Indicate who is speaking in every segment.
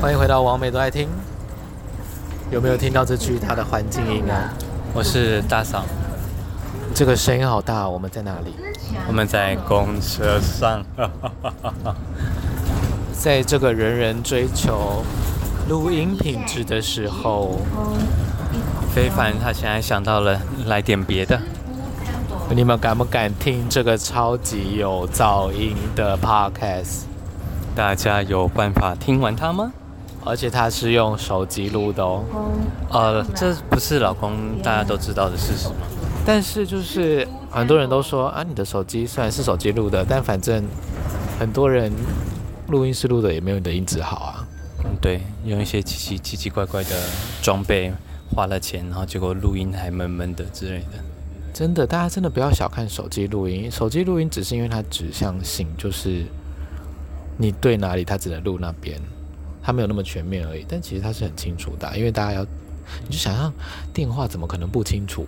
Speaker 1: 欢迎回到王美都爱听。有没有听到这句它的环境音啊？
Speaker 2: 我是大嫂，
Speaker 1: 这个声音好大，我们在哪里？
Speaker 2: 我们在公车上，
Speaker 1: 在这个人人追求录音品质的时候，
Speaker 2: 非凡他现在想到了来点别的，
Speaker 1: 你们敢不敢听这个超级有噪音的 podcast？
Speaker 2: 大家有办法听完它吗？
Speaker 1: 而且它是用手机录的哦。
Speaker 2: 呃，这不是老公大家都知道的事实吗？
Speaker 1: 但是就是很多人都说啊，你的手机虽然是手机录的，但反正很多人录音室录的也没有你的音质好啊。
Speaker 2: 嗯，对，用一些奇奇奇奇怪怪的装备，花了钱，然后结果录音还闷闷的之类的。
Speaker 1: 真的，大家真的不要小看手机录音，手机录音只是因为它指向性，就是你对哪里，它只能录那边，它没有那么全面而已。但其实它是很清楚的啊，因为大家要，你就想象电话怎么可能不清楚？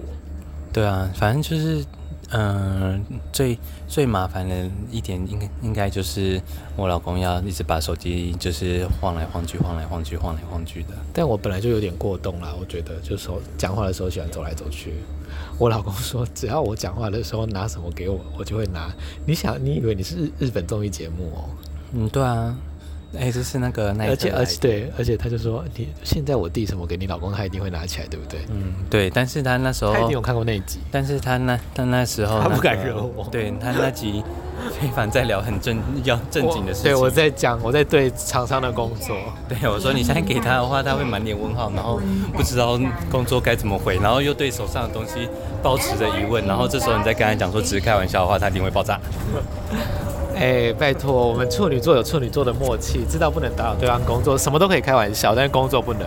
Speaker 2: 对啊，反正就是，嗯、最最麻烦的一点应该应该就是我老公要一直把手机就是晃来晃去，晃来晃去，晃来晃去的。
Speaker 1: 但我本来就有点过动啦，我觉得就手讲话的时候喜欢走来走去。我老公说，只要我讲话的时候拿什么给我，我就会拿。你想，你以为你是日日本综艺节目哦？
Speaker 2: 嗯，对啊，哎，这是那个那一
Speaker 1: 而且
Speaker 2: 刻
Speaker 1: 而
Speaker 2: 来
Speaker 1: 且
Speaker 2: 的，
Speaker 1: 对，而且他就说，你现在我递什么给你老公，他一定会拿起来，对不对？
Speaker 2: 嗯，对，但是他那时
Speaker 1: 他一定
Speaker 2: 候，
Speaker 1: 有看过那一集。
Speaker 2: 但是他那他那时候、
Speaker 1: 他不
Speaker 2: 那个
Speaker 1: 敢惹我
Speaker 2: 对他那集非凡在聊很正要正经的事情，
Speaker 1: 对，我在讲，我在对厂商的工作。
Speaker 2: 对我说你现在给他的话，他会满脸问号，然后不知道工作该怎么回，然后又对手上的东西抱持着疑问，然后这时候你再跟他讲说只是开玩笑的话，他一定会爆炸。
Speaker 1: 哎、拜托，我们处女座有处女座的默契，知道不能打扰对方工作，什么都可以开玩笑，但是工作不能，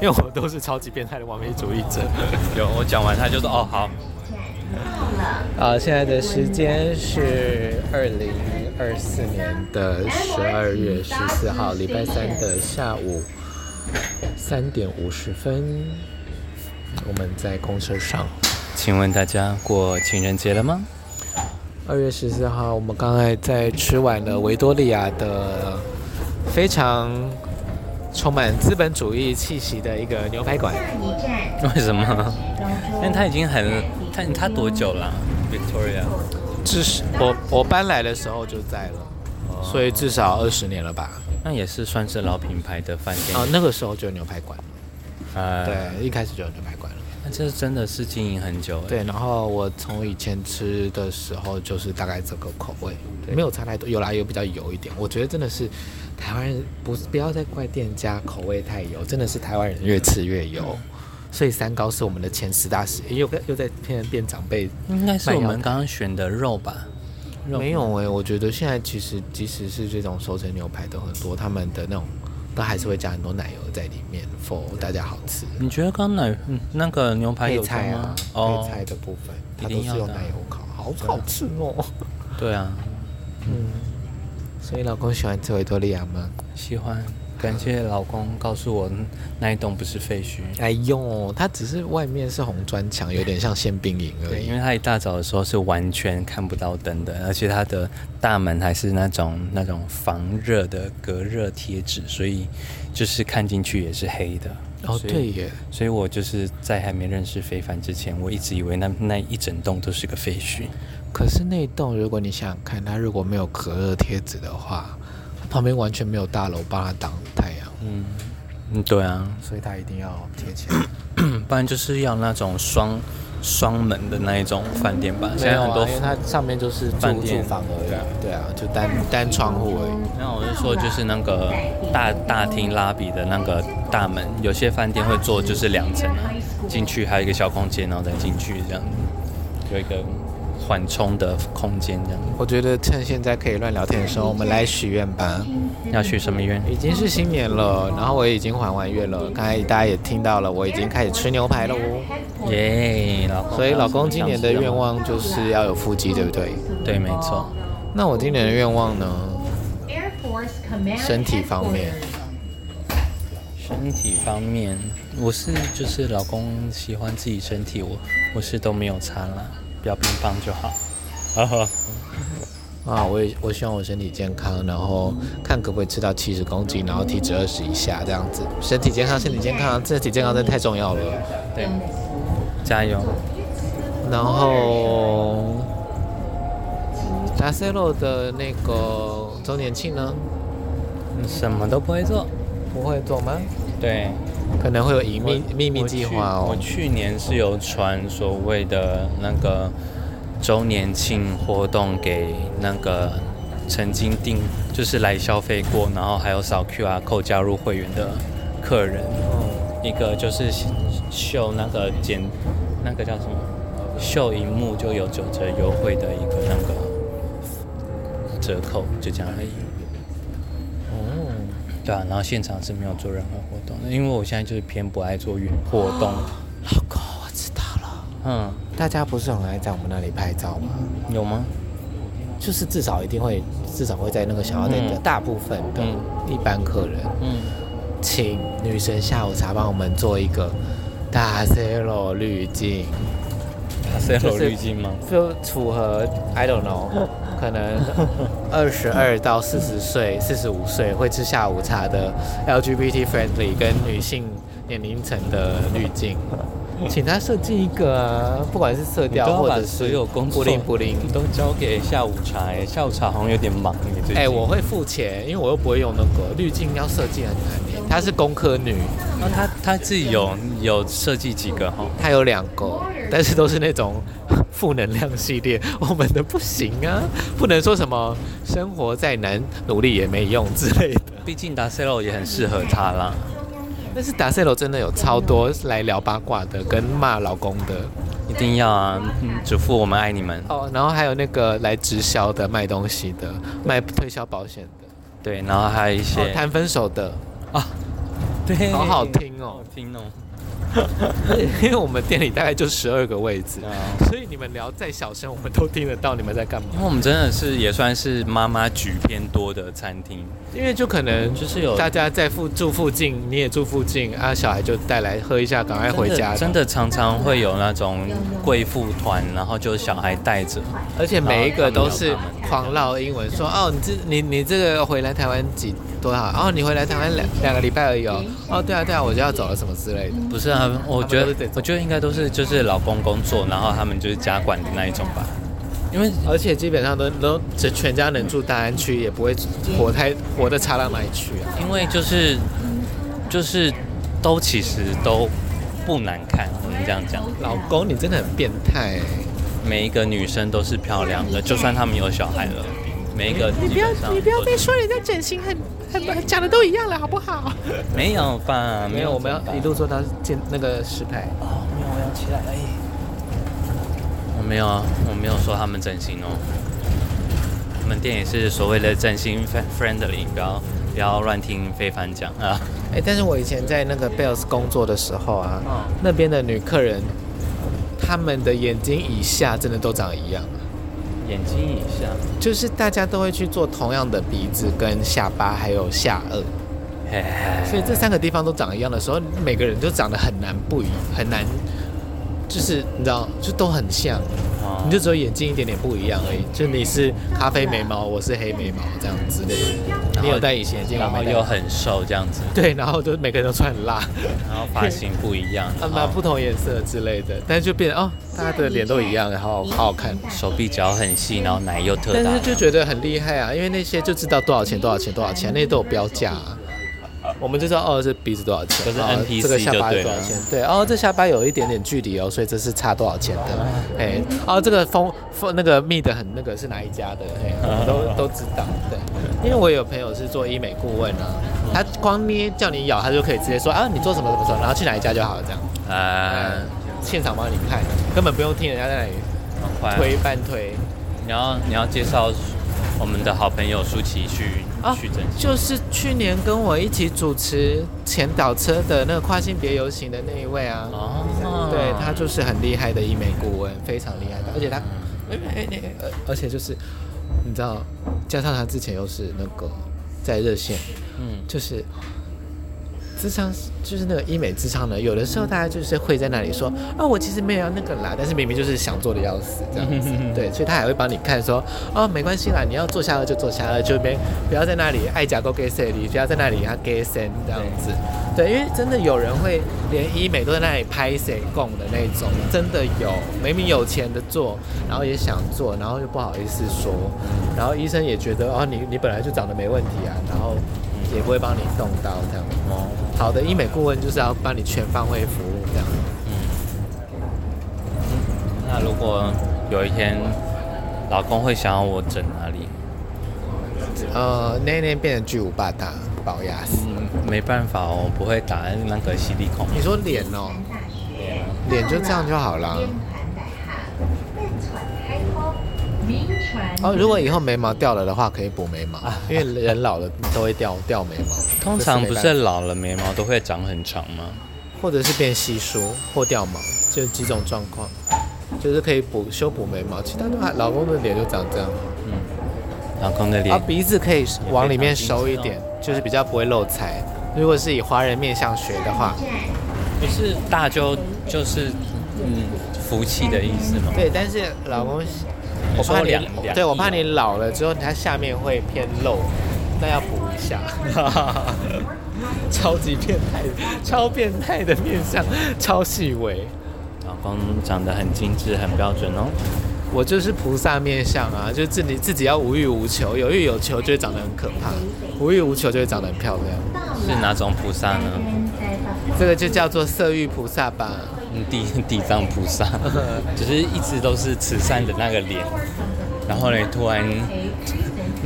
Speaker 1: 因为我们都是超级变态的完美主义 者。
Speaker 2: 有我讲完，他就说哦好，
Speaker 1: 啊，现在的时间是二零二四年的十二月十四号，礼拜三的下午三点五十分，我们在公车上。
Speaker 2: 请问大家过情人节了吗？
Speaker 1: 二月十四号，我们刚才在吃完了维多利亚的非常充满资本主义气息的一个牛排馆，
Speaker 2: 为什么？因为他已经很他他多久了、v 啊 i c t o r i a
Speaker 1: 至少我我搬来的时候就在了，所以至少二十年了吧？
Speaker 2: 那也是算是老品牌的饭店
Speaker 1: 啊，那个时候就有牛排馆了，
Speaker 2: 啊，
Speaker 1: 对，一开始就有牛排馆了。
Speaker 2: 那这真的是经营很久哎。
Speaker 1: 对，然后我从以前吃的时候就是大概这个口味，没有差太多，有啦有比较油一点。我觉得真的是台湾人不是不要再怪店家口味太油，真的是台湾人越吃越油。
Speaker 2: 嗯
Speaker 1: 所以三高是我们的前十大食，又跟又在骗人变长辈。
Speaker 2: 应该是我
Speaker 1: 慢
Speaker 2: 们
Speaker 1: 摇
Speaker 2: 刚刚选的肉吧？肉
Speaker 1: 没有诶、我觉得现在其实即使是这种熟成牛排的很多，他们的那种都还是会加很多奶油在里面，for 大家好吃。
Speaker 2: 你觉得刚奶嗯那个牛排
Speaker 1: 配
Speaker 2: 有
Speaker 1: 菜
Speaker 2: 加吗
Speaker 1: 啊，
Speaker 2: 哦
Speaker 1: 配，菜的部分，它
Speaker 2: 一
Speaker 1: 都
Speaker 2: 定
Speaker 1: 是
Speaker 2: 要
Speaker 1: 用
Speaker 2: 的啊
Speaker 1: 奶油烤，好好吃哦。
Speaker 2: 对啊，
Speaker 1: 嗯所以老公喜欢吃维多利亚吗？
Speaker 2: 喜欢。感谢老公告诉我那一栋不是废墟。
Speaker 1: 哎呦，它只是外面是红砖墙，有点像宪兵营而
Speaker 2: 对，因
Speaker 1: 已。
Speaker 2: 为他一大早的时候是完全看不到灯的，而且他的大门还是那种那种防热的隔热贴纸，所以就是看进去也是黑的。
Speaker 1: 哦，
Speaker 2: 所以
Speaker 1: 对耶，
Speaker 2: 所以我就是在还没认识非凡之前，我一直以为那那一整栋都是个废墟。
Speaker 1: 可是那一栋，如果你想想看，它如果没有隔热贴纸的话，它旁边完全没有大楼帮它挡太阳，
Speaker 2: 嗯，嗯对啊，嗯
Speaker 1: 所以它一定要贴起来。
Speaker 2: 不然就是要那种双双门的那一种饭店吧。现
Speaker 1: 没
Speaker 2: 在
Speaker 1: 有
Speaker 2: 很
Speaker 1: 啊，
Speaker 2: 多
Speaker 1: 因为它上面就是住
Speaker 2: 饭
Speaker 1: 住
Speaker 2: 店
Speaker 1: 房而已。对啊，就单单窗户而已。
Speaker 2: 那我是说，就是那个大大厅拉比的那个大门，有些饭店会做就是两层啊，进去还有一个小空间，然后再进去这样，有一个缓冲的空间这样。
Speaker 1: 我觉得趁现在可以乱聊天的时候，我们来许愿吧。
Speaker 2: 要去什么院？
Speaker 1: 已经是新年了，然后我也已经还完愿了。刚才大家也听到了，我已经开始吃牛排哦喽。
Speaker 2: 耶、老公。
Speaker 1: 所以老公今年的愿望就是要有腹肌，对不对？
Speaker 2: 对，没错。
Speaker 1: 那我今年的愿望呢？
Speaker 3: 身体方面，
Speaker 2: 身体方面，我是就是老公喜欢自己身体，我我是都没有差啦，不要变胖就好。
Speaker 1: 啊，我也我希望我身体健康，然后看可不可以吃到七十公斤，然后体脂二十以下这样子。身体健康，身体健康，身体健康真的太重要了。
Speaker 2: 对，
Speaker 3: 嗯
Speaker 2: 加油！
Speaker 1: 然后达塞洛的那个周年庆呢，
Speaker 2: 你什么都不会做，
Speaker 1: 不会做吗？
Speaker 2: 对，
Speaker 1: 可能会有隐
Speaker 2: 我
Speaker 1: 秘秘密
Speaker 2: 我
Speaker 1: 计
Speaker 2: 去
Speaker 1: 划哦
Speaker 2: 我。去年是有传所谓的那个周年庆活动给那个曾经订就是来消费过，然后还有扫 QR code 加入会员的客人，一个就是秀那个剪那个叫什么秀荧幕就有九折优惠的一个那个折扣，就这样而已。
Speaker 1: 哦，
Speaker 2: 对啊，然后现场是没有做任何活动的，因为我现在就是偏不爱做活动。
Speaker 1: 老公，我知道了。
Speaker 2: 嗯，
Speaker 1: 大家不是很爱在我们那里拍照吗？
Speaker 2: 有吗？
Speaker 1: 就是至少一定会，至少会在那个小药店的
Speaker 2: 嗯
Speaker 1: 大部分的
Speaker 2: 嗯
Speaker 1: 一般客人，
Speaker 2: 嗯，
Speaker 1: 请女神下午茶帮我们做一个大 zero 滤镜，
Speaker 2: 它是有
Speaker 1: 就是
Speaker 2: 滤镜吗？
Speaker 1: 就符合 I don't know，可能二十二到四十岁、四十五岁会吃下午茶的 LGBT friendly 跟女性年龄层的滤镜。请他设计一个啊，不管是色
Speaker 2: 你都
Speaker 1: 调
Speaker 2: 要
Speaker 1: 或
Speaker 2: 把
Speaker 1: 者
Speaker 2: 所
Speaker 1: 是
Speaker 2: 有工作
Speaker 1: 布灵布灵，
Speaker 2: 都交给下午茶哎、下午茶好像有点忙哎、最近
Speaker 1: 哎、我会付钱，因为我又不会用那个滤镜，要设计很难耶。她是工科女，
Speaker 2: 那哦他他自己有有设计几个哈？
Speaker 1: 她有两个，但是都是那种 负能量系列。 我们的不行啊，不能说什么生活再难，努力也没用之类的。
Speaker 2: 毕竟达塞洛也很适合他啦。
Speaker 1: 但是达塞罗真的有超多来聊八卦的，跟骂老公的
Speaker 2: 一定要啊！嗯主妇，我们爱你们。
Speaker 1: 哦，然后还有那个来直销的、卖东西的、卖推销保险的、
Speaker 2: 对，然后还有一
Speaker 1: 哦
Speaker 2: 些、
Speaker 1: 谈分手的，
Speaker 2: 啊，对，
Speaker 1: 好好听
Speaker 2: 好
Speaker 1: 哦
Speaker 2: 好。听哦。
Speaker 1: 因为我们店里大概就十二个位置
Speaker 2: 对，啊
Speaker 1: 所以你们聊再小声，我们都听得到你们在干嘛
Speaker 2: 因。为我们真的是也算是妈妈局偏多的餐厅，
Speaker 1: 因为嗯就可能
Speaker 2: 就是有
Speaker 1: 大家在附住附近，你也住附近啊，小孩就带来喝一下，赶快回家
Speaker 2: 真的真的常常会有那种贵妇团，然后就小孩带着，
Speaker 1: 而且每一个都
Speaker 2: 然
Speaker 1: 是
Speaker 2: 后他们聊他们
Speaker 1: 狂唠英文，说哦，你这你你这个回来台湾几多好？哦，你回来台湾两两个礼拜而已哦。哦，对啊对啊，我就要走了什么之类的。
Speaker 2: 不是啊，我觉
Speaker 1: 他们都是
Speaker 2: 得
Speaker 1: 这种
Speaker 2: 我觉得应该都是就是老公工作，然后他们就是家管的那一种吧，因为
Speaker 1: 而且基本上都都这全家能住大安区，也不会活太活得差到哪里去啊。
Speaker 2: 因为就是就是都其实都不难看，我们这样讲，
Speaker 1: 老公，你真的很变态欸、
Speaker 2: 每一个女生都是漂亮的，就算她们有小孩了，每一个你不要你不要再说人家整 形很很讲的都一样了，好不好？没有吧？
Speaker 1: 没有，我们
Speaker 2: 怎么
Speaker 1: 要
Speaker 2: 办
Speaker 1: 一路做到建那个石牌。
Speaker 2: 哦，没有，哎我要起来了耶。我没有啊，我没有说他们整形哦。我们店也是所谓的整形 friend- friendly，不要不要乱听非凡讲啊。
Speaker 1: 哎、但是我以前在那个 Bells 工作的时候啊，
Speaker 2: 嗯
Speaker 1: 那边的女客人，她们的眼睛以下真的都长一样，
Speaker 2: 眼睛以下，
Speaker 1: 就是大家都会去做同样的鼻子、跟下巴还有下颚，
Speaker 2: 嘿嘿
Speaker 1: 所以这三个地方都长一样的时候，每个人就长得很难不一，很难，就是你知道，就都很像，
Speaker 2: 哦
Speaker 1: 你就只有眼睛一点点不一样而已，就你是咖啡眉毛，我是黑眉毛这样之类的，
Speaker 2: 然后
Speaker 1: 你有戴隐形眼镜，
Speaker 2: 然
Speaker 1: 我
Speaker 2: 后
Speaker 1: 没戴
Speaker 2: 又很瘦这样子，
Speaker 1: 对，然后就每个人都穿很辣。
Speaker 2: 然后发型不一 样，
Speaker 1: 啊，
Speaker 2: 然
Speaker 1: 蛮
Speaker 2: 后
Speaker 1: 不同颜色之类的，但就变得哦，大家的脸都一样，然后好好看。
Speaker 2: 手臂脚很细，然后奶又特
Speaker 1: 但
Speaker 2: 大
Speaker 1: 是，就觉得很厉害啊，因为那些就知道多少钱多少钱多少钱，那些都有标价、啊。我们就知道哦，这鼻子多少钱，
Speaker 2: 可是
Speaker 1: 哦
Speaker 2: NPC
Speaker 1: 这个下巴
Speaker 2: 就对
Speaker 1: 多
Speaker 2: 了
Speaker 1: 少钱？对，哦，这下巴有一点点距离哦，所以这是差多少钱的？哎，哦，这个封封那个密的很那个是哪一家的？ 哎，我们都都知道。对，因为我有朋友是做医美顾问啊，他光捏叫你咬，他就可以直接说啊，你做什么什么什么，然后去哪一家就好了这样。
Speaker 2: 啊
Speaker 1: 呃，，现场帮你看，根本不用听人家在那里
Speaker 2: 好快啊
Speaker 1: 推半推
Speaker 2: 你要你要介绍我们的好朋友舒淇去
Speaker 1: 哦
Speaker 2: 去整形，
Speaker 1: 就是去年跟我一起主持前导车的那个跨性别游行的那一位啊，
Speaker 2: 哦
Speaker 1: 对他就是很厉害的医美顾问，非常厉害的，而且他，
Speaker 2: 嗯
Speaker 1: 呃而且就是你知道，加上他之前又是那个在热线，
Speaker 2: 嗯，
Speaker 1: 就是智商就是那个医美智商呢，有的时候大家就是会在那里说，哦，我其实没有要那个啦，但是明明就是想做的要死这样子，对，所以他还会帮你看说，哦，没关系啦，你要做下颚就做下颚，就别不要在那里爱夹勾 gay 你不要在那里啊 gay 森这样子，对，因为真的有人会连医美都在那里拍谁供的那种，真的有，明明有钱的做，然后也想做，然后又不好意思说，然后医生也觉得，哦，你你本来就长得没问题啊，然后也不会帮你动刀这样子。
Speaker 2: 哦，
Speaker 1: 好的医美顾问就是要帮你全方位服务这样。
Speaker 2: 那如果有一天老公会想要我整哪里，
Speaker 1: 呃，那一年变成巨无霸大龅牙死。
Speaker 2: 嗯，没办法哦，我不会打那个吸力孔。
Speaker 1: 你说脸哦，脸就这样就好啦。哦，如果以后眉毛掉了的话，可以补眉毛，因为人老了都会掉掉眉毛。
Speaker 2: 通常
Speaker 1: 这没
Speaker 2: 不
Speaker 1: 办
Speaker 2: 是
Speaker 1: 法，
Speaker 2: 老了眉毛都会长很长吗？
Speaker 1: 或者是变稀疏或掉毛，就几种状况，就是可以补修补眉毛，其他都还老公的脸就长这样。
Speaker 2: 老公的
Speaker 1: 啊
Speaker 2: 脸，，
Speaker 1: 鼻子可以往里面收一点，就是比较不会漏财。如果是以华人面相学的话，
Speaker 2: 不是大就就是嗯福气的意思吗？
Speaker 1: 对，但是老公，我
Speaker 2: 说
Speaker 1: 怕你
Speaker 2: 两两
Speaker 1: 对我
Speaker 2: 亿
Speaker 1: 怕
Speaker 2: 吗
Speaker 1: 你老了之后，它下面会偏漏，那要补一下。
Speaker 2: 哦
Speaker 1: 超级变态，超变态的面相，超细微。
Speaker 2: 老公长得很精致，很标准哦。
Speaker 1: 我就是菩萨面相啊，就自己自己要无欲无求，有欲有求就会长得很可怕，无欲无求就会长得很漂亮。
Speaker 2: 是哪种菩萨呢？
Speaker 1: 这个就叫做色欲菩萨吧。
Speaker 2: 嗯地地藏菩萨， 就是一直都是慈善的那个脸，然后呢，突然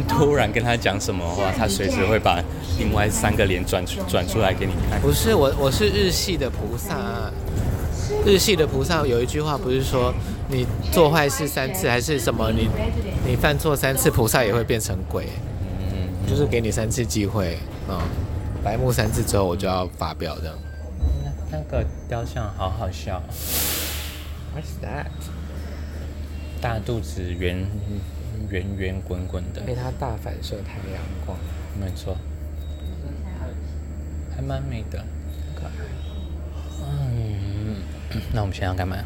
Speaker 2: 突然跟他讲什么话，他随时会把另外三个脸转出转出来给你看。
Speaker 1: 不是我，我是日系的菩萨啊。日系的菩萨有一句话不是说，你 做坏事三次还是什么，你你犯错三次，菩萨也会变成鬼，
Speaker 2: 嗯，
Speaker 1: 就是给你三次机会啊、白目三次之后，我就要发表这样。
Speaker 2: 那那个雕像好好笑，哦
Speaker 1: What's that？
Speaker 2: 大肚子圆圆圆滚滚的
Speaker 1: 因，为它大反射太阳光，
Speaker 2: 没错，嗯还蛮美的。
Speaker 1: 很可爱。
Speaker 2: 嗯，那我们现在要干嘛？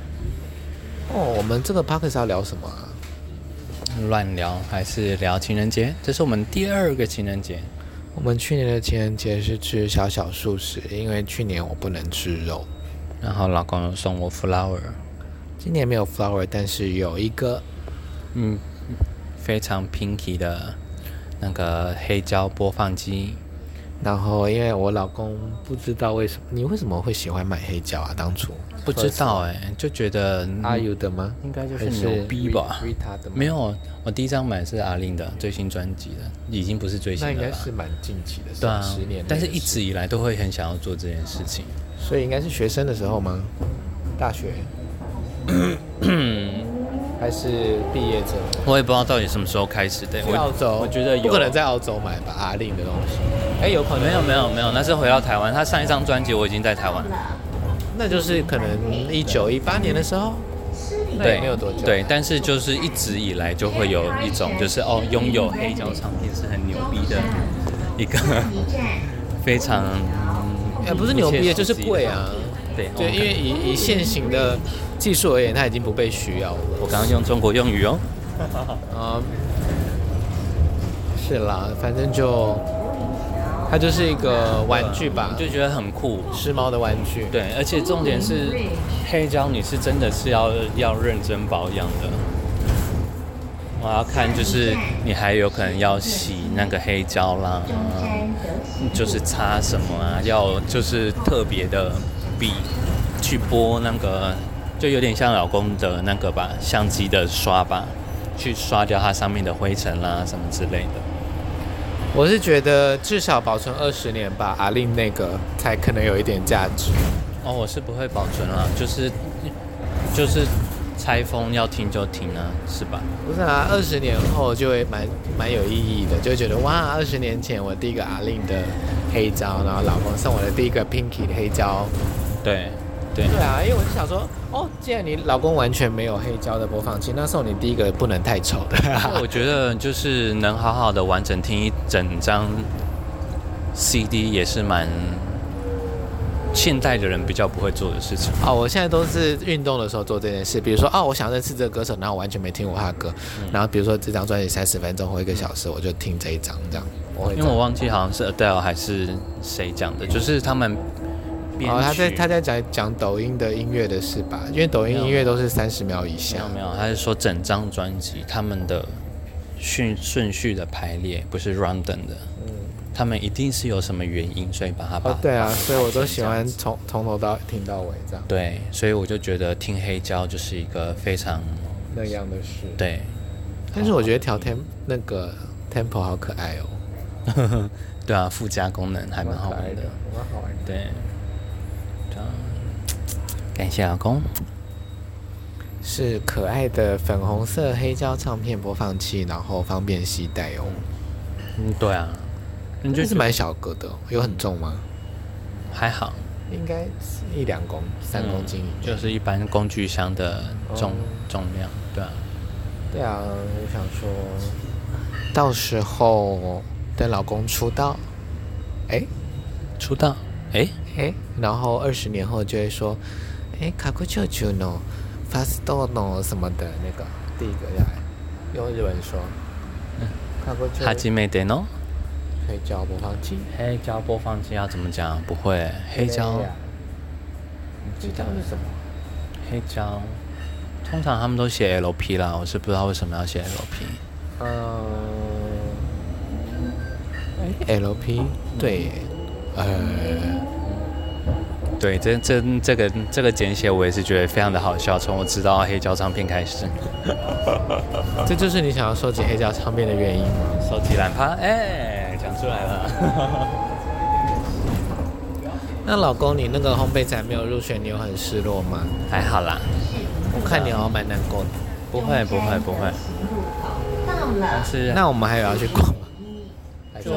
Speaker 1: 哦，我们这个 p o d c a s 要聊什么啊？
Speaker 2: 乱聊还是聊情人节？这是我们第二个情人节。
Speaker 1: 我们去年的情人节是吃小小素食，因为去年我不能吃肉。
Speaker 2: 然后老公有送我 flower，
Speaker 1: 今年没有 flower，但是有一个
Speaker 2: 嗯，非常 pinky 的那个黑胶播放机，
Speaker 1: 然后因为我老公不知道为什么，你为什么会喜欢买黑胶啊？当初
Speaker 2: 不知道哎、就觉得
Speaker 1: 阿 U 的吗？
Speaker 2: 应该就
Speaker 1: 还
Speaker 2: 是
Speaker 1: 是
Speaker 2: 牛逼吧
Speaker 1: Ri-？Rita 的吗
Speaker 2: 没，有，我第一张买是阿令的最新专辑的，已经不是最
Speaker 1: 那
Speaker 2: 新
Speaker 1: 应
Speaker 2: 的
Speaker 1: 该
Speaker 2: 了。
Speaker 1: 是蛮近期的，
Speaker 2: 对啊
Speaker 1: 十年内的事，，
Speaker 2: 但是一直以来都会很想要做这件事情。
Speaker 1: 所以应该是学生的时候吗？大 学还是毕业之后？
Speaker 2: 我也不知道到底什么时候开始的。
Speaker 1: 去
Speaker 2: 我
Speaker 1: 澳洲，
Speaker 2: 我觉得有
Speaker 1: 不可能在澳洲买吧，阿令的东西。哎，有可能
Speaker 2: 没有没有没有，那是回到台湾。他上一张专辑我已经在台湾了，
Speaker 1: 那就是可能一九一八年的时候，那也
Speaker 2: 对，
Speaker 1: 没有多久，
Speaker 2: 对，，但是就是一直以来就会有一种就是哦，拥有黑胶唱片是很牛逼的一个 非常，
Speaker 1: 哎，不是牛逼的，就是
Speaker 2: 不切实际的
Speaker 1: 贵啊。
Speaker 2: 对哦
Speaker 1: 对，因为以以现行的技术而言，它已经不被需要了。
Speaker 2: 我刚刚用中国用语哦，
Speaker 1: 啊、是啦，反正就它就是一个玩具吧，
Speaker 2: 就觉得很酷。
Speaker 1: 时髦的玩具。，
Speaker 2: 对，而且重点是黑胶，你是真的是要要认真保养的。我要看就是你还有可能要洗那个黑胶啦，嗯
Speaker 1: 啊
Speaker 2: 就是擦什么啊，要就是特别的笔去拨那个，就有点像老公的那个吧，相机的刷吧，去刷掉它上面的灰尘啦什么之类的。
Speaker 1: 我是觉得至少保存二十年吧，阿令那个才可能有一点价值。
Speaker 2: 哦，我是不会保存啦，就是就是拆封要听就听啊，是吧？
Speaker 1: 不是啊，二十年后就会蛮蛮有意义的，就会觉得哇，二十年前我第一个阿令的黑胶，然后老公送我的第一个 Pinky 的黑胶。
Speaker 2: 对对
Speaker 1: 对啊，因为我就想说，哦，既然你老公完全没有黑胶的播放器，那送你第一个不能太丑的。
Speaker 2: 我觉得就是能好好的完整听一整张 CD 也是蛮现代的人比较不会做的事情。
Speaker 1: 哦，我现在都是运动的时候做这件事，比如说哦，我想认识这个歌手，然后我完全没听过他的歌，然后比如说这张专辑三十分钟或一个小时，我就听这一张这样。我会
Speaker 2: 因为
Speaker 1: 这
Speaker 2: 我
Speaker 1: 样
Speaker 2: 忘记好像是 Adele 还是谁讲的，就是他们编曲。
Speaker 1: 哦，他在他在讲讲抖音的音乐的事吧，因为抖音音乐都是三十秒以
Speaker 2: 没
Speaker 1: 下
Speaker 2: 有。没有，他是说整张专辑他们的顺顺序的排列不是 random 的，他们一定是有什么原因，所以把它
Speaker 1: 嗯
Speaker 2: 把、
Speaker 1: 哦，对啊，所以我都喜欢从从头到听到尾这样
Speaker 2: 对，所以我就觉得听黑胶就是一个非常
Speaker 1: 那样的事。
Speaker 2: 对，
Speaker 1: 但是我觉得调 tem 那个 tempo 好可爱哦，
Speaker 2: 对啊，附加功能还蛮好
Speaker 1: 可
Speaker 2: 玩
Speaker 1: 爱
Speaker 2: 的，
Speaker 1: 蛮好玩的。
Speaker 2: 对，这样感谢老公，
Speaker 1: 是可爱的粉红色黑胶唱片播放器，然后方便携带哦。
Speaker 2: 嗯，对啊，你就
Speaker 1: 就是是蛮小个的，哦有很重吗？
Speaker 2: 还好，
Speaker 1: 应该一两公三公斤
Speaker 2: 嗯
Speaker 1: 以内。
Speaker 2: 就是一般工具箱的重、
Speaker 1: 哦
Speaker 2: 重量，对啊，
Speaker 1: 对啊，我想说，到时候等老公出道，哎
Speaker 2: 出道，诶，
Speaker 1: 哎，然后二十年后就会说，哎，卡库丘丘呢，fasto 呢什么的那个第一个要来，用日文说，卡库丘
Speaker 2: 嗯哈基哦梅德诺。
Speaker 1: 黑胶播放器，
Speaker 2: 黑胶播放器要怎么讲？不会，黑胶，
Speaker 1: 黑胶是什么？
Speaker 2: 黑胶，通常他们都写 LP 啦，我是不知道为什么要写 LP。
Speaker 1: 呃嗯，哎，LP
Speaker 2: 哦
Speaker 1: 对耶，呃。
Speaker 2: 对，这这这个这个简写我也是觉得非常的好笑，从我知道黑胶唱片开始，
Speaker 1: 这就是你想要收集黑胶唱片的原因吗？
Speaker 2: 手机懒趴，哎、讲出来了。
Speaker 1: 那老公，你那个烘焙仔没有入选，你有很失落吗？
Speaker 2: 还好啦，
Speaker 1: 我看你好像蛮难过的。
Speaker 2: 不会不会不会，但是
Speaker 1: 那我们还有要去逛吗？
Speaker 2: 啊就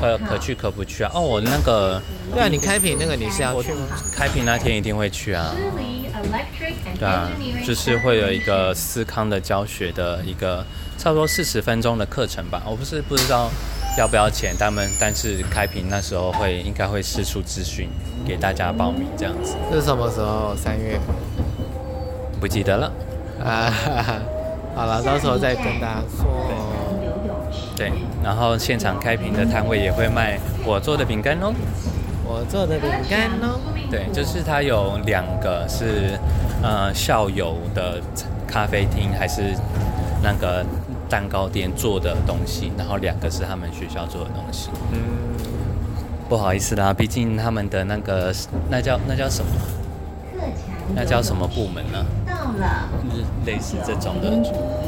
Speaker 2: 可可去可不去啊。哦，我那个
Speaker 1: 对啊，你开屏那个你是要
Speaker 2: 我
Speaker 1: 去吗？
Speaker 2: 开屏那天一定会去啊。对啊，就是会有一个思康的教学的一个差不多四十分钟的课程吧。我不是不知道要不要钱，他们但是开屏那时候会应该会四处资讯给大家报名这样子，
Speaker 1: 是什么时候？三月吗
Speaker 2: 不记得了。
Speaker 1: 啊， 哈哈好了，到时候再跟大家说。
Speaker 2: 对，然后现场开屏的摊位也会卖我做的饼干哦。
Speaker 1: 我做的饼干哦，
Speaker 2: 对，
Speaker 3: 嗯
Speaker 2: 就是它有两个是呃校友的咖啡厅还是那个蛋糕店做的东西，然后两个是他们学校做的东西。不好意思啦，毕竟他们的那个那叫那叫什么？那叫什么部门呢？
Speaker 3: 到了，
Speaker 2: 就是类似这种的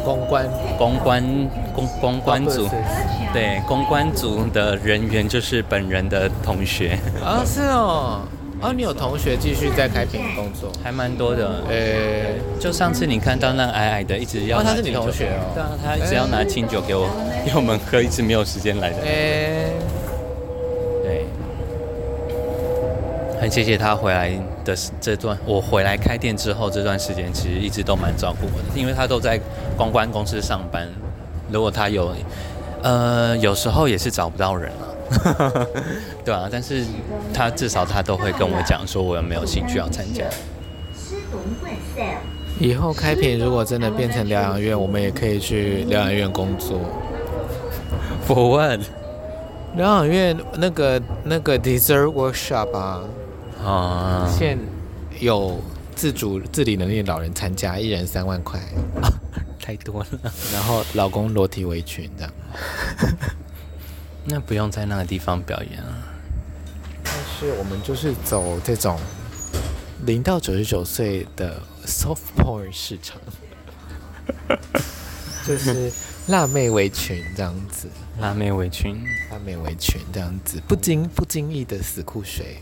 Speaker 1: 公关
Speaker 2: 公关公公关组
Speaker 1: 哦，
Speaker 2: 啊对公关组的人员就是本人的同学，
Speaker 1: 啊，是哦，哦，你有同学继续在开屏工作？
Speaker 2: 还蛮多的。
Speaker 1: 呃，
Speaker 2: 就上次你看到那个矮矮的，一直要、
Speaker 1: 哦他是你同学哦
Speaker 2: 对啊，他一直要拿清酒给 我，给我们喝，一直没有时间来的。
Speaker 1: 哎，
Speaker 2: 对，很谢谢他回来的这段，我回来开店之后这段时间，其实一直都蛮照顾我的，因为他都在公关公司上班。如果他有，呃，有时候也是找不到人啊， 对啊，但是他至少他都会跟我讲说我有没有兴趣要参加。
Speaker 3: 狮龙冠 sale。
Speaker 1: 以后开屏如果真的变成疗养院，我们也可以去疗养院工作。
Speaker 2: 不问
Speaker 1: 疗养院那个那个 dessert workshop 啊，
Speaker 2: 啊，
Speaker 1: 现有自主自理能力的老人参加，一人三万块，
Speaker 2: 太多了。
Speaker 1: 然后老公裸体围裙这样。
Speaker 2: 那不用在那个地方表演啊。
Speaker 1: 但是我们就是走这种零到九十九岁的 soft porn 市 场，就是辣妹围裙这样子，
Speaker 2: 辣妹围裙，
Speaker 1: 辣妹围裙这样子，不经不经意的死裤水。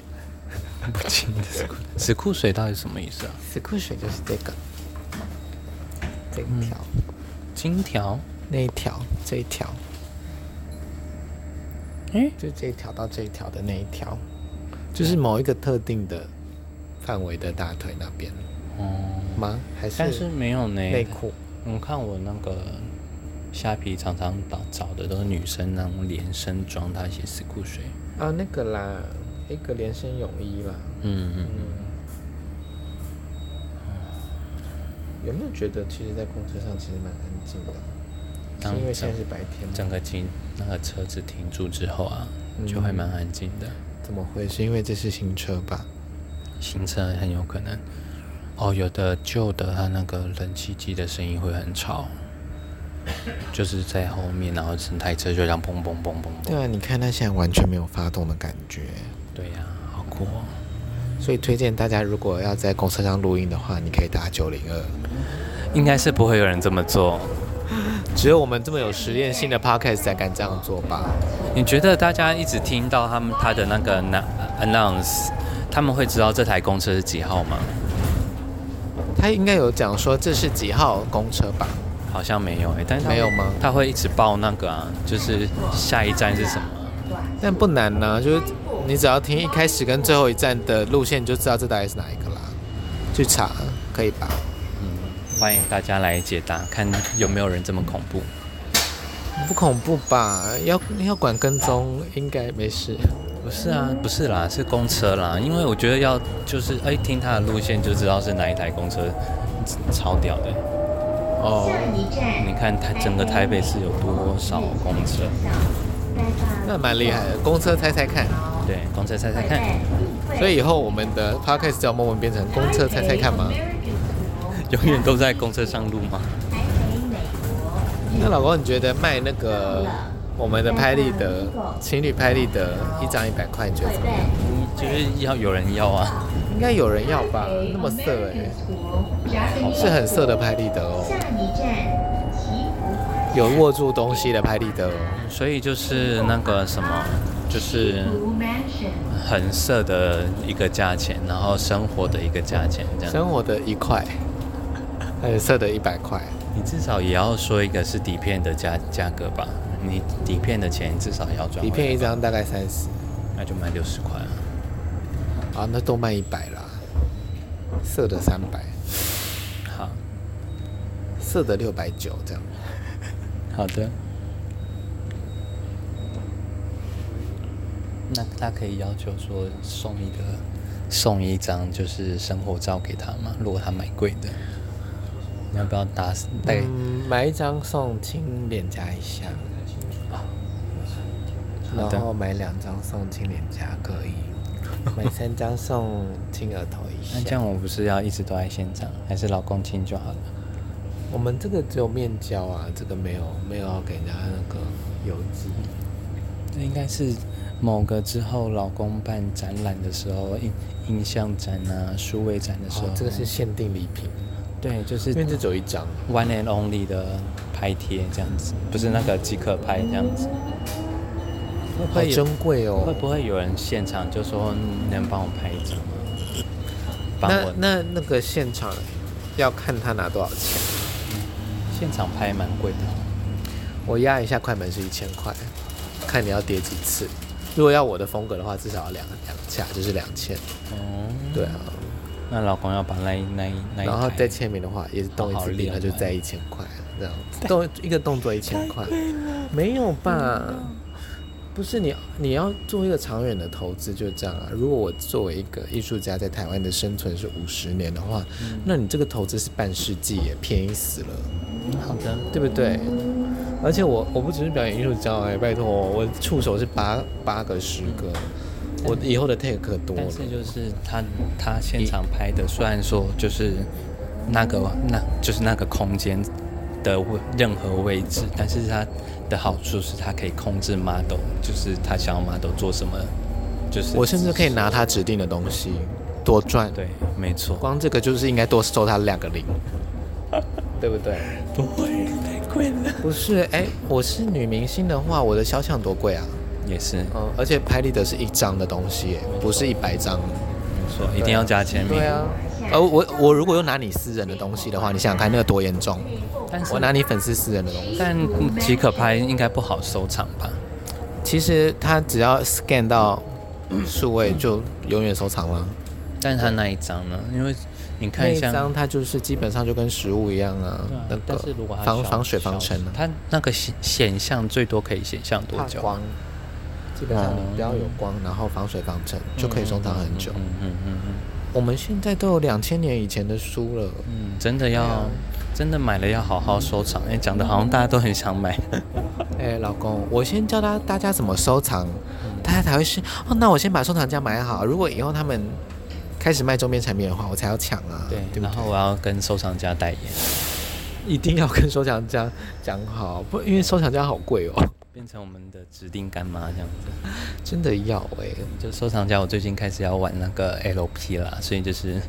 Speaker 2: 不轻的死裤死裤水到底什么意思啊？
Speaker 1: 死裤水就是这个，这一条、
Speaker 2: 嗯金条？
Speaker 1: 那一条，这一条，
Speaker 2: 诶、
Speaker 1: 就这一条到这一条的那一条，就是某一个特定的范围的大腿那边
Speaker 2: 哦，
Speaker 1: 吗？还是
Speaker 2: 但是没有呢。
Speaker 1: 内裤？
Speaker 2: 你看我那个虾皮常常找找的都是女生那种连身装，她写死裤水。
Speaker 1: 哦啊，那个啦，一个连身泳衣啦。
Speaker 2: 嗯嗯。
Speaker 1: 有没有觉得，其实，在公车上其实蛮安静的？
Speaker 2: 当
Speaker 1: 是因为现在
Speaker 2: 整
Speaker 1: 是白天吗？
Speaker 2: 整个停那个车子停住之后啊，
Speaker 1: 嗯
Speaker 2: 就会蛮安静的，
Speaker 1: 怎么会？是因为这是新车吧？
Speaker 2: 行车很有可能。哦，有的旧的它那个冷气机的声音会很吵，就是在后面，然后整台车就这样砰砰砰砰砰。
Speaker 1: 对啊，你看它现在完全没有发动的感觉，
Speaker 2: 对呀、好酷哦！
Speaker 1: 所以推荐大家如果要在公车上录音的话，你可以打九零二。
Speaker 2: 应该是不会有人这么做。
Speaker 1: 只有我们这么有实验性的 podcast 才敢这样做吧？
Speaker 2: 你觉得大家一直听到他们他的那个 na- announce，他们会知道这台公车是几号吗？
Speaker 1: 他应该有讲说这是几号公车吧？
Speaker 2: 好像没有诶、欸但是他
Speaker 1: 没有吗
Speaker 2: 他会一直报那个啊，就是下一站是什么啊？
Speaker 1: 但不难呢、就是你只要听一开始跟最后一站的路线，你就知道这大概是哪一个啦。去查可以吧？
Speaker 2: 欢迎大家来解答，看有没有人这么恐怖。
Speaker 1: 不恐怖吧？要要管跟踪应该没事。
Speaker 2: 不是啊，不是啦，是公车啦，因为我觉得要就是哎、听他的路线就知道是哪一台公车，超屌的。
Speaker 1: 哦
Speaker 3: 下一站，
Speaker 2: 你看台整个台北市有多少公车？
Speaker 1: 那蛮厉害的。公车猜猜看，
Speaker 2: 对，公车猜猜看。
Speaker 1: 所以以后我们的 podcast 叫默默变成公车猜猜看吗？
Speaker 2: 永远都在公车上路吗？
Speaker 1: 那老公，你觉得卖那个我们的拍立得情侣拍立得一张一百块，你觉得怎么样？
Speaker 2: 就是要有人要啊，
Speaker 1: 应该有人要吧？那么色哎、是很色的拍立得哦，
Speaker 3: 下一站，祈福
Speaker 1: 有握住东西的拍立得哦。
Speaker 2: 所以就是那个什么，就是
Speaker 3: 湖 Mansion，
Speaker 2: 很色的一个价钱，然后生活的一个价钱这样。
Speaker 1: 生活的一块，很色的一百块，
Speaker 2: 你至少也要说一个是底片的价价格吧？你底片的钱至少也要赚。
Speaker 1: 底片一，张大概三十，
Speaker 2: 那就卖六十块啊。
Speaker 1: 啊，那都卖一百啦。色的三百，
Speaker 2: 好，
Speaker 1: 色的六百九这样。
Speaker 2: 好的。那他可以要求说送一个，送一张就是生活照给他吗？如果他买贵的，你要不要打带？
Speaker 1: 嗯，买一张送亲脸颊一下，
Speaker 2: 好
Speaker 1: 然
Speaker 2: 的
Speaker 1: 后买两张送亲脸颊各 一，买三张送亲额头一
Speaker 2: 那这
Speaker 1: 下。
Speaker 2: 样我不是要一直都在现场，还是老公亲就好了？
Speaker 1: 我们这个只有面交啊，这个没有没有要给人家那个邮寄。
Speaker 2: 这应该是某个之后老公办展览的时候，印印象展啊、数位展的时候，
Speaker 1: 哦，这个是限定礼品，
Speaker 2: 对，就是
Speaker 1: 因为这只有一张。
Speaker 2: one and only 的拍贴这样子，不是那个即可拍这样子。会不
Speaker 1: 好
Speaker 2: 会有
Speaker 1: 珍贵哦！
Speaker 2: 会不会有人现场就说嗯能帮我拍一张吗？帮
Speaker 1: 那
Speaker 2: 我
Speaker 1: 那那个现场要看他拿多少钱，
Speaker 2: 现场拍蛮贵的，
Speaker 1: 我压一下快门是一千块，看你要叠几次。如果要我的风格的话，至少要两两下，就是两千。
Speaker 2: 哦、
Speaker 1: 对啊，
Speaker 2: 那老公要把那一那一那一
Speaker 1: 然后
Speaker 2: 台
Speaker 1: 再签名的话，也是动一
Speaker 2: 好好
Speaker 1: 次
Speaker 2: 利
Speaker 1: 笔，
Speaker 2: 用
Speaker 1: 那就再一千块这样子，动一个动作一千块，
Speaker 2: 哦
Speaker 1: 没有吧？不是你，你要做一个长远的投资，就这样啊。如果我作为一个艺术家在台湾的生存是五十年的话，
Speaker 2: 嗯
Speaker 1: 那你这个投资是半世纪耶，便宜死了，
Speaker 2: 好的，
Speaker 1: 对不对？而且我我不只是表演艺术家哎，拜托，我触手是八八个十个，我以后的 take 可多了
Speaker 2: 但。是就是他他现场拍的，虽然说就是那个那就是那个空间的位任何位置，但是它的好处是它可以控制 model，就是他想要 model 做什么，就是
Speaker 1: 我甚至可以拿他指定的东西多赚。
Speaker 2: 对，没错，
Speaker 1: 光这个就是应该多收他两个 零，对不对？
Speaker 2: 不会太贵了，
Speaker 1: 不是，哎，我是女明星的话，我的肖像多贵啊！
Speaker 2: 也是没
Speaker 1: 嗯，而且拍立得是一张的东西耶，不是一百张。
Speaker 2: 错，一定要加签名。
Speaker 1: 对啊，而我我如果又拿你私人的东西的话，你想想看那个多严重？
Speaker 2: 但是
Speaker 1: 我拿你粉丝私人的东西，
Speaker 2: 但即可拍应该不好收藏吧？
Speaker 1: 其实他只要 scan 到数位就永远收藏了。
Speaker 2: 但他那一张呢？因为你
Speaker 1: 那
Speaker 2: 看
Speaker 1: 一
Speaker 2: 像
Speaker 1: 张它就是基本上就跟实物一样啊
Speaker 2: 对啊，
Speaker 1: 那
Speaker 2: 但
Speaker 1: 个
Speaker 2: 是如果它
Speaker 1: 防
Speaker 2: 小
Speaker 1: 防水防尘啊，
Speaker 2: 它那个显显像最多可以显像多
Speaker 1: 怕
Speaker 2: 久？
Speaker 1: 光，基本上你
Speaker 2: 哦
Speaker 1: 不要有光，然后防水防尘就可以收藏很久。
Speaker 2: 嗯嗯嗯嗯
Speaker 1: 啊我们现在都有两千年以前的书了，
Speaker 2: 嗯，真的要真的买了要好好收藏。哎，讲的好像大家都很想买。
Speaker 1: 哎、老公，我先教他大家怎么收藏，
Speaker 2: 嗯
Speaker 1: 大家才会是哦。那我先把收藏家买好，如果以后他们开始卖周边产品的话，我才要抢啊。
Speaker 2: 对，
Speaker 1: 对不
Speaker 2: 然
Speaker 1: 对
Speaker 2: 后我要跟收藏家代言，
Speaker 1: 一定要跟收藏家讲好，不因为收藏家好贵哦，
Speaker 2: 变成我们的指定干妈这样子。
Speaker 1: 真的要哎、
Speaker 2: 就收藏家，我最近开始要玩那个 LP 啦，所以就是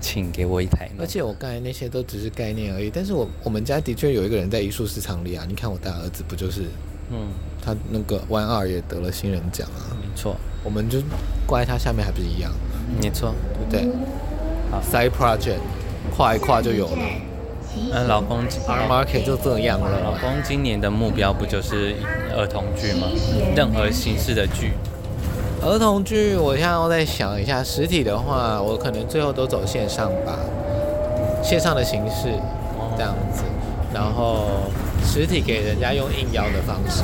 Speaker 2: 请给我一台那种。
Speaker 1: 而且我刚才那些都只是概念而已，但是我我们家的确有一个人在艺术市场里啊，你看我大儿子不就是
Speaker 2: 嗯，
Speaker 1: 他那个 One 二也得了新人奖啊，
Speaker 2: 没错，
Speaker 1: 我们就挂在他下面还不是一样，
Speaker 2: 没错。
Speaker 1: 对不对
Speaker 2: 好
Speaker 1: ？Side project 跨一跨就有了。
Speaker 2: 嗯，老公，
Speaker 1: R market 就这样
Speaker 2: 老
Speaker 1: 了，
Speaker 2: 公今年的目标不就是儿童剧吗？任何形式的剧，
Speaker 1: 儿童剧我现在要再想一下，实体的话，我可能最后都走线上吧，线上的形式这样子，然后实体给人家用硬邀的方式，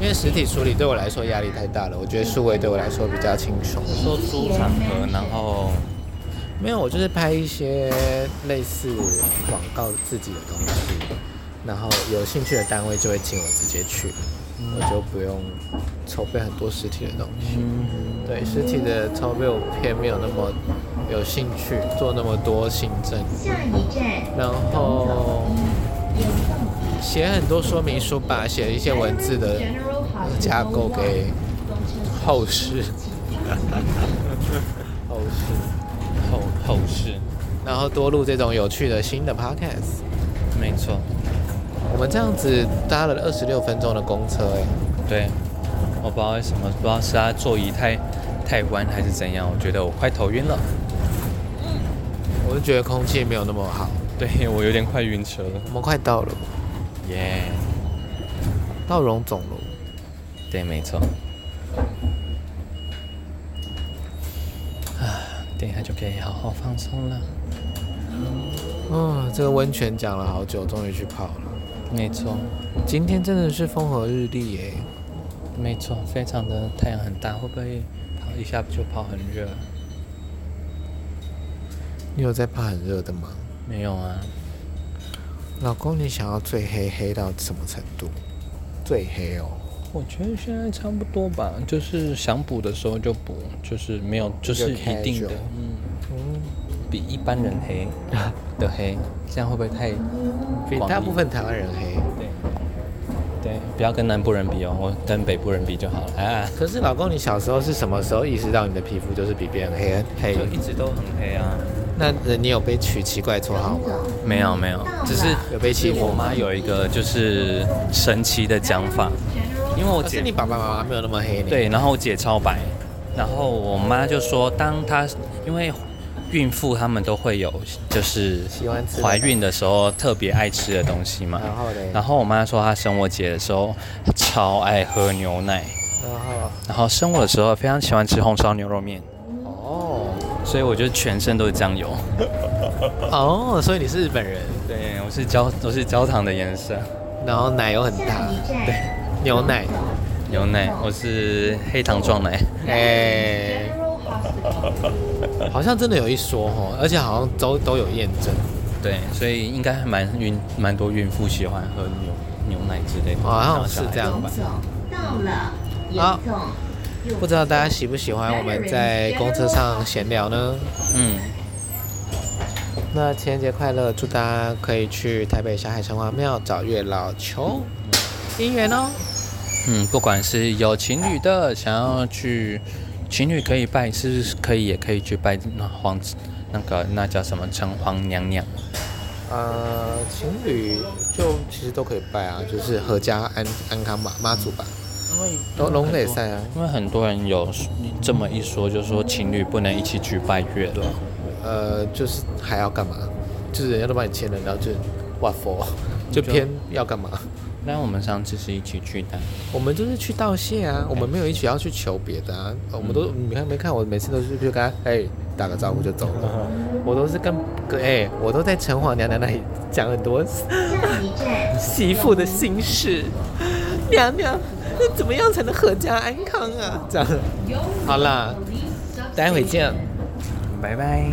Speaker 1: 因为实体处理对我来说压力太大了，我觉得数位对我来说比较轻松。
Speaker 2: 说租场合，然后
Speaker 1: 没有，我就是拍一些类似广告自己的东西，然后有兴趣的单位就会请我直接去，我就不用筹备很多实体的东西。对，实体的筹备我偏没有那么有兴趣做那么多行政，
Speaker 3: 下一站，
Speaker 1: 然后写很多说明书吧，写一些文字的架构给后世，后世，
Speaker 2: 后后事，
Speaker 1: 然后多录这种有趣的新的 podcast。
Speaker 2: 没错，
Speaker 1: 我们这样子搭了二十六分钟的公车、欸，
Speaker 2: 对，我不知道为什么，不知道是他座椅太太弯还是怎样，我觉得我快头晕了，
Speaker 1: 我就觉得空气没有那么好。
Speaker 2: 对我有点快晕车了，
Speaker 1: 我们快到了，
Speaker 2: 耶、
Speaker 1: 到荣总了。
Speaker 2: 对，没错。啊，等一下就可以好好放松了。嗯
Speaker 1: 啊、这个温泉讲了好久，终于去泡了。
Speaker 2: 没错，
Speaker 1: 今天真的是风和日丽耶、
Speaker 2: 没错，非常的太阳很大，会不会跑一下就跑很热？
Speaker 1: 你有在怕很热的吗？
Speaker 2: 没有啊，
Speaker 1: 老公，你想要最黑黑到什么程度？最黑哦，
Speaker 2: 我觉得现在差不多吧，就是想补的时候就补，就是没有，就
Speaker 1: 个
Speaker 2: 是一定的
Speaker 1: casual，
Speaker 2: 嗯，
Speaker 1: 嗯，
Speaker 2: 比一般人黑的黑，这样会不会太
Speaker 1: 比
Speaker 2: 广义
Speaker 1: 大部分台湾人黑。
Speaker 2: 对对？不要跟南部人比哦，我跟北部人比就好了啊。
Speaker 1: 可是老公，你小时候是什么时候意识到你的皮肤就是比别人黑黑
Speaker 2: 就？一直都很黑啊。
Speaker 1: 那呃你有被取奇怪绰号吗？
Speaker 2: 没有没有，只是
Speaker 1: 有被欺
Speaker 2: 其实
Speaker 1: 负
Speaker 2: 哎我妈有一个就是神奇的讲法，因为我
Speaker 1: 可哦是
Speaker 2: 姐
Speaker 1: 你爸爸妈妈没有那么黑，你
Speaker 2: 对，然后我姐超白，然后我妈就说，当她因为孕妇她们都会有就是
Speaker 1: 喜欢吃的
Speaker 2: 怀孕的时候特别爱吃的东西嘛，
Speaker 1: 然后嘞
Speaker 2: 然后我妈说她生我姐的时候超爱喝牛奶，
Speaker 1: 然后
Speaker 2: 然后生我的时候非常喜欢吃红烧牛肉面，
Speaker 1: 哦
Speaker 2: 所以我就全身都是酱油。
Speaker 1: 哦，所以你是日本人，
Speaker 2: 对，我是焦我是焦糖的颜色。
Speaker 1: 然后奶又很大
Speaker 3: 下，一站，
Speaker 1: 牛奶，
Speaker 2: 牛奶，
Speaker 1: 哦
Speaker 2: 我是黑糖撞奶。
Speaker 1: 哎、好像真的有一说哦，而且好像都都有验证
Speaker 2: 对，所以应该还蛮孕蛮多孕妇喜欢喝牛牛奶之类的，
Speaker 1: 好像是这样
Speaker 3: 游走到了，游
Speaker 1: 好
Speaker 3: 走，右
Speaker 1: 不知道大家喜不喜欢我们在公车上闲聊呢？
Speaker 2: 嗯，
Speaker 1: 那情人节快乐，祝大家可以去台北霞海城隍庙找月老求姻缘哦。
Speaker 2: 嗯，不管是有情侣的想要去，情侣可以拜，是可以也可以去拜那黄那个那叫什么城隍娘娘。
Speaker 1: 呃，情侣就其实都可以拜啊，就是合家安安康吧，妈祖吧，
Speaker 2: 因为
Speaker 1: 都龙磊赛啊。
Speaker 2: 因为很多人有这么一说，就说情侣不能一起去拜月了。
Speaker 1: 呃，就是还要干嘛？就是人家都把你签了，然后就哇 佛，就偏要干嘛？
Speaker 2: 那我们上次是一起去的，
Speaker 1: 我们就是去道谢啊，我们没有一起要去求别的啊。我们都你看没看我每次都是就跟他哎、打个招呼就走了，我都是跟跟哎、我都在城隍娘娘那里讲很多
Speaker 3: 下一站，
Speaker 1: 媳妇的心事。娘娘，那怎么样才能阖家安康啊？这样，好啦，待会见。
Speaker 2: 拜拜。